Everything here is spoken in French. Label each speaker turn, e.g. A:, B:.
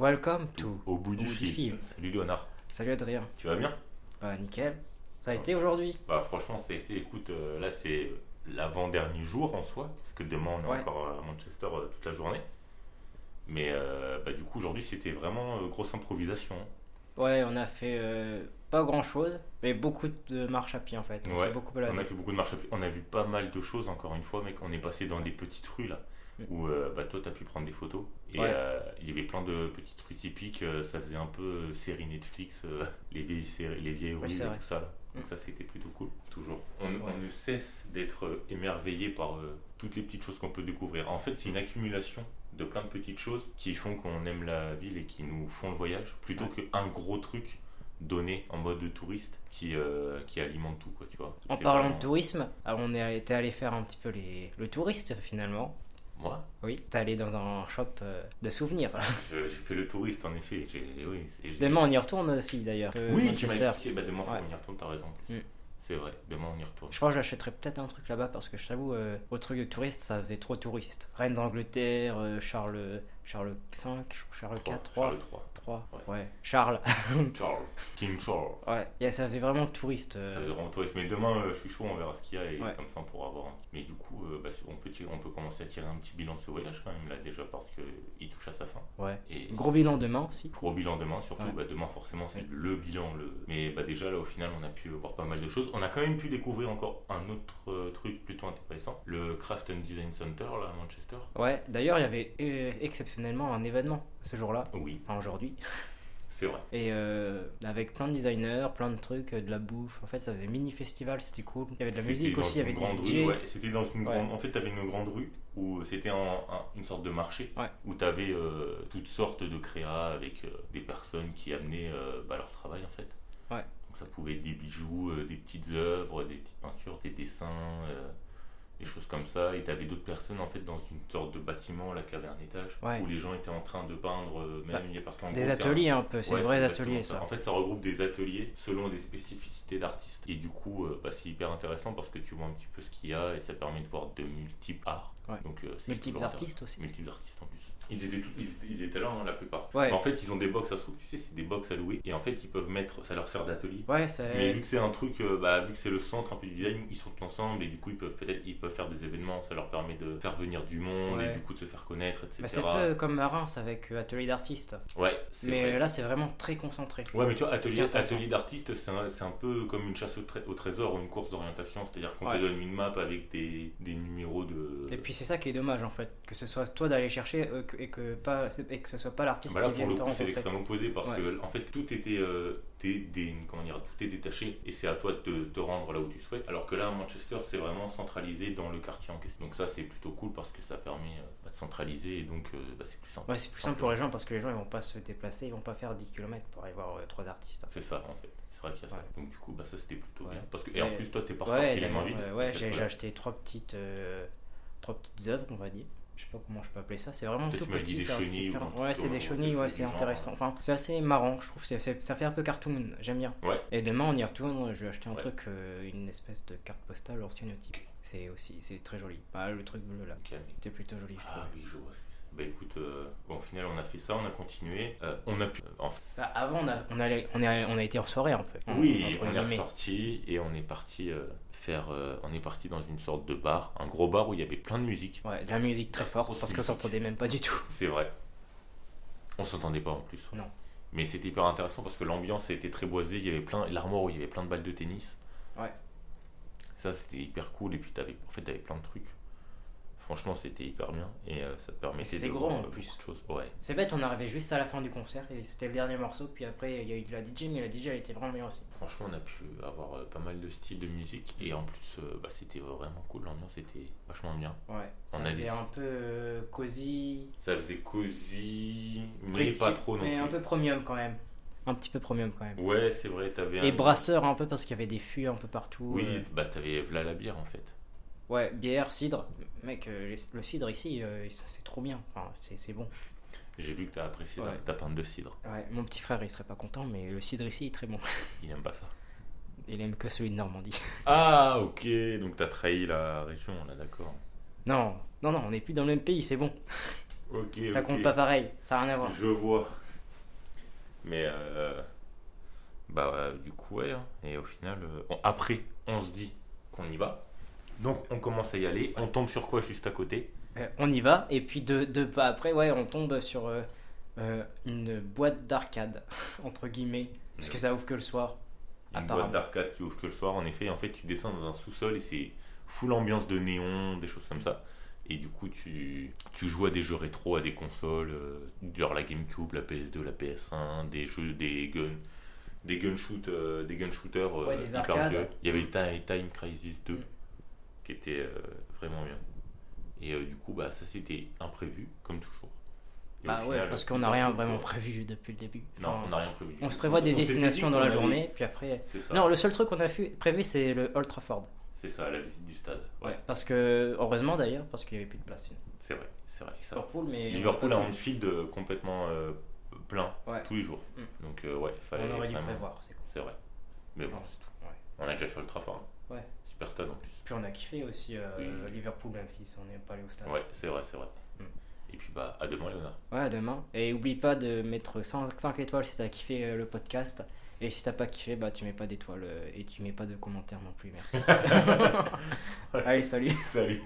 A: Welcome to.
B: Au bout du
A: Au bout du
B: fil.
A: fil.
B: Salut Léonard,
A: Salut Adrien.
B: tu vas bien
A: Bah nickel. Ça a été aujourd'hui.
B: Bah franchement, ça a été, écoute, euh, là c'est l'avant-dernier jour en soi, parce que demain on est
A: Ouais.
B: encore à Manchester euh, toute la journée. Mais euh, bah, du coup, aujourd'hui c'était vraiment euh, grosse improvisation.
A: Ouais, on a fait euh, pas grand chose, mais beaucoup de marches à pied en fait. On
B: Ouais,
A: s'est beaucoup
B: On a
A: baladé.
B: fait beaucoup de marches, à pied. on a vu pas mal de choses encore une fois, mais on est passé dans des petites rues là,
A: Mm.
B: où euh, bah, toi t'as pu prendre des photos. Et
A: Ouais.
B: euh, il y avait plein de petites rues typiques, euh, ça faisait un peu euh, série Netflix, euh, les vieilles, séries- les vieilles rues
A: c'est
B: et
A: vrai.
B: tout ça. là. Donc
A: Mm.
B: ça c'était plutôt cool, toujours. On,
A: Ouais.
B: on ne cesse d'être euh, émerveillé par euh, toutes les petites choses qu'on peut découvrir. En fait c'est une accumulation de plein de petites choses qui font qu'on aime la ville et qui nous font le voyage, plutôt qu'un gros truc donné en mode de touriste qui, euh, qui alimente tout quoi tu vois
A: En
B: C'est
A: parlant
B: vraiment-
A: de tourisme, ah, on est été allé faire un petit peu les... le touriste finalement.
B: Moi,
A: Oui, t'es allé dans un shop euh, de souvenirs.
B: je- j'ai fait le touriste en effet. J'ai- Oui, c'est- j'ai-
A: Demain on y retourne aussi d'ailleurs. Euh,
B: oui tu m'as
A: Manchester.
B: expliqué. Bah, demain, faut
A: Ouais.
B: qu'on y retourne, t'as raison. en plus.
A: Mm.
B: C'est vrai, demain, on y retourne.
A: Je pense que j'achèterais peut-être un truc là-bas parce que je t'avoue, euh, au truc de touriste, ça faisait trop touriste. Reine d'Angleterre, euh, Charles, Charles V, Charles IV,
B: Trois,
A: Charles
B: Charles 3.
A: 3,
B: Ouais.
A: ouais, Charles. Mm.
B: Charles. King Charles.
A: Ouais, et ça faisait vraiment touriste. euh,
B: Ça veut dire en touriste. Mais demain, euh, je suis chaud, on verra ce qu'il y a et
A: Ouais.
B: comme ça, on pourra voir. un petit- Mais du coup, euh, bah, on, peut tirer- on peut commencer à tirer un petit bilan de ce voyage quand même, là, déjà, parce qu'il touche à sa fin.
A: Ouais.
B: Et
A: Gros bilan demain aussi.
B: Gros bilan demain, surtout.
A: Ouais.
B: Bah, demain, forcément, c'est le bilan. Le... Mais bah, déjà, là, au final, on a pu voir pas mal de choses. On a quand même pu découvrir encore un autre euh, truc plutôt intéressant le Craft and Design Center, là, à Manchester.
A: Ouais, d'ailleurs, il y avait euh, exceptionnellement un événement ce jour-là,
B: Oui,
A: enfin aujourd'hui,
B: c'est vrai.
A: et euh, avec plein de designers, plein de trucs, euh, de la bouffe. En fait, ça faisait mini festival, c'était cool. Il y avait de la
B: C'était
A: musique
B: dans
A: aussi,
B: une
A: avec
B: grande
A: des
B: rue,
A: DJ.
B: ouais. C'était dans une
A: Ouais.
B: grande. En fait, t'avais une grande rue où c'était un- un- une sorte de marché
A: Ouais.
B: où t'avais euh, toutes sortes de créas avec euh, des personnes qui amenaient euh, bah, leur travail en fait.
A: Ouais.
B: Donc ça pouvait être des bijoux, euh, des petites œuvres, des petites peintures, des dessins, euh, des choses comme ça. Et t'avais d'autres personnes en fait dans une sorte de bâtiment là qui avait un étage
A: Ouais.
B: où les gens étaient en train de peindre euh, même
A: Bah,
B: il y a- parce qu'en
A: Des
B: gros, c'est un-
A: ateliers un peu, c'est
B: Ouais,
A: des vrais
B: exactement
A: ateliers ça.
B: En fait, ça regroupe des ateliers selon des spécificités d'artistes. Et du coup, euh, bah, c'est hyper intéressant parce que tu vois un petit peu ce qu'il y a et ça permet de voir de multiples arts.
A: Ouais.
B: Donc, euh, c'est
A: Multiples
B: toujours
A: artistes
B: intéressant.
A: aussi.
B: Multiples artistes en plus. Ils étaient, tous- ils étaient, ils étaient là, hein, la plupart.
A: Ouais.
B: Mais en fait, ils ont des box à sous. Tu sais, c'est des box à louer. Et en fait, ils peuvent mettre. Ça leur sert d'atelier.
A: Ouais,
B: Mais
A: c'est.
B: vu que c'est un truc, euh, bah, vu que c'est le centre un peu du design, ils sont ensemble et du coup ils peuvent peut-être ils peuvent faire des événements, ça leur permet de faire venir du monde et
A: Ouais.
B: du coup de se faire connaître, etc.
A: Bah, c'est un peu comme Marins avec euh, atelier d'artistes.
B: Ouais, c'est
A: Mais euh,
B: vrai.
A: là, c'est vraiment très concentré.
B: Ouais, mais tu vois,
A: Ce qui est
B: atelier,
A: intéressant.
B: atelier d'artiste, c'est un, c'est un peu comme une chasse au, tré- au trésor ou une course d'orientation. C'est-à-dire qu'on
A: Ouais.
B: te donne une map avec des, des numéros de.
A: Et puis c'est ça qui est dommage en fait, que ce soit toi d'aller chercher euh, que- et que pas et que ce soit pas l'artiste
B: Bah là,
A: qui
B: pour
A: vienne
B: le
A: te
B: coup, c'est
A: rencontrer.
B: l'extrême opposé parce
A: Ouais.
B: que, en fait, tout était. euh, t'es- des- comment dire, tout est détaché et c'est à toi de te, te rendre là où tu souhaites. Alors que là, à Manchester, c'est vraiment centralisé dans le quartier en question. Donc, ça, c'est plutôt cool parce que ça permet euh, bah, de centraliser et donc euh, bah, c'est plus simple.
A: Ouais, c'est plus simple pour les gens parce que les gens ils vont pas se déplacer, ils vont pas faire 10 km pour aller voir euh, trois artistes.
B: C'est ça, en fait. C'est vrai qu'il y a ça.
A: Ouais.
B: Donc, du coup, bah, ça, c'était plutôt
A: Ouais.
B: bien. Parce que, et en
A: Et-
B: plus, toi, t'es pas sorti
A: Ouais,
B: les mains
A: d'ailleurs,
B: vides.
A: euh, ouais,
B: C'est
A: j'ai
B: cool.
A: j'ai acheté trois petites euh, trois petites œuvres, on va dire. Je sais pas comment je peux appeler ça, c'est vraiment
B: Peut-être
A: tout
B: tu m'avais
A: petit.
B: dit des
A: c'est assez
B: chenilles ou
A: hyper-
B: un truc
A: ouais, c'est
B: de-
A: des
B: des
A: chenilles, ouais,
B: chenilles
A: c'est
B: du genre,
A: intéressant.
B: euh.
A: Enfin, c'est assez marrant, je trouve. c'est- c'est- ça fait un peu cartoon, j'aime bien.
B: Ouais.
A: Et demain, on y retourne. Je vais acheter un
B: Ouais.
A: truc, euh, une espèce de carte postale anciennotype. C'est aussi, c'est très joli. Ah, le truc bleu là,
B: Ok, mais-
A: c'était plutôt joli, je trouve.
B: Ah oui, je vois. ce que c'est. Bah écoute, euh, bon, au final, on a fait ça, on a continué. Euh, on a pu. euh, en fait,
A: Bah, avant, on a, on, allait- on, est allé- on a été en soirée un peu.
B: oui,
A: Mmh. Entre
B: on est
A: guillemets.
B: ressorti et on est parti euh, faire. euh, on est parti dans une sorte de bar, un gros bar où il y avait plein de musique.
A: Ouais, de la musique très
B: La
A: forte
B: grosse
A: parce qu'on
B: musique.
A: s'entendait même pas du tout.
B: C'est vrai. On s'entendait pas en plus.
A: Non.
B: Mais c'était hyper intéressant parce que l'ambiance était très boisée. Il y avait plein. L'armoire où il y avait plein de balles de tennis.
A: Ouais.
B: Ça, c'était hyper cool. Et puis, t'avais, en fait, t'avais plein de trucs. Franchement, c'était hyper bien. Et euh, ça te permettait
A: c'était
B: de
A: gros,
B: voir
A: en
B: euh,
A: plus.
B: beaucoup de choses. Ouais.
A: C'est bête, on arrivait juste à la fin du concert et c'était le dernier morceau. Puis après, il y a eu de la DJ, mais la DJ elle était vraiment bien aussi.
B: Franchement, on a pu avoir euh, pas mal de styles de musique et en plus, euh, bah, c'était vraiment cool. L'ambiance était vachement bien.
A: Ouais,
B: On
A: ça
B: a
A: faisait
B: dit-
A: un peu euh, cosy,
B: Ça faisait cosy, mais
A: Pretty,
B: pas trop non
A: mais un
B: plus.
A: peu premium quand même. Un petit peu premium quand même.
B: Ouais, c'est vrai, t'avais
A: Et
B: un-
A: brasseur un peu parce qu'il y avait des fûts un peu partout.
B: Oui,
A: euh.
B: bah t'avais là la bière en fait.
A: Ouais, bière, cidre. Mec, euh, les- le cidre ici, euh, ils sont- c'est trop bien. Enfin, c'est c'est bon.
B: J'ai vu que t'as apprécié
A: Ouais.
B: ta, ta pinte de cidre.
A: Ouais, mon petit frère il serait pas content, mais le cidre ici est très bon.
B: Il aime pas ça.
A: Il aime que celui de Normandie.
B: Ah, ok, donc t'as trahi la région, là, d'accord.
A: Non, non, non, on n'est plus dans le même pays, c'est bon.
B: Ok,
A: Ça compte pas pareil, ça n'a rien à voir.
B: Je vois. Mais euh, bah, euh, du coup, ouais. hein. Et au final, euh, on- après, on se dit qu'on y va. Donc, on commence à y aller. On tombe sur quoi juste à côté
A: Euh, on y va, et puis deux, deux pas après, ouais, on tombe sur euh, euh, une boîte d'arcade, entre guillemets, parce que ça ouvre que le soir.
B: Une
A: Apparemment.
B: boîte d'arcade qui ouvre que le soir, en effet. En fait, tu descends dans un sous-sol et c'est full ambiance de néon, des choses comme ça. Et du coup, tu, tu joues à des jeux rétro, à des consoles, euh, genre la GameCube, la PS2, la PS1, des jeux, des guns, des gun shoot, euh, des gun shooters euh,
A: Ouais, des
B: hyper
A: arcades.
B: vieux. Il y avait Time, Time Crisis 2
A: Mm.
B: qui était euh, vraiment bien. Et euh, du coup, bah ça c'était imprévu comme toujours. Et au
A: Bah ouais,
B: final,
A: parce qu'on n'a
B: bah,
A: rien
B: on-
A: vraiment prévu depuis le début.
B: Non,
A: Enfin,
B: on n'a rien prévu.
A: on se prévoit des
B: On s'était dit
A: destinations dans
B: qu'on
A: la
B: allait-
A: journée, puis après.
B: C'est ça.
A: Non, le seul truc qu'on a fu- prévu, c'est le Old Trafford.
B: C'est ça, la visite du stade. Ouais.
A: Ouais. Parce que, heureusement d'ailleurs, parce qu'il n'y avait plus de place. sinon.
B: C'est vrai, c'est vrai. Ça.
A: Liverpool, mais.
B: Liverpool a Anfield euh, complètement euh, plein
A: Ouais.
B: tous les jours.
A: Mm.
B: Donc euh, ouais, fallait.
A: On aurait dû
B: vraiment-
A: prévoir, c'est cool.
B: C'est vrai. Mais bon, c'est tout.
A: Ouais.
B: On a déjà fait le Trafford. hein.
A: Ouais.
B: Super stade en plus.
A: Puis on a kiffé aussi euh,
B: Oui.
A: Liverpool, même si on n'est pas allé au stade.
B: Ouais, c'est vrai, c'est vrai.
A: Mm.
B: Et puis bah à demain Léonard.
A: Ouais, demain. Et oublie pas de mettre 5, étoiles si t'as kiffé euh, le podcast. Et si t'as pas kiffé, bah tu mets pas d'étoiles euh, et tu mets pas de commentaires non plus, merci. Allez, salut.
B: Salut.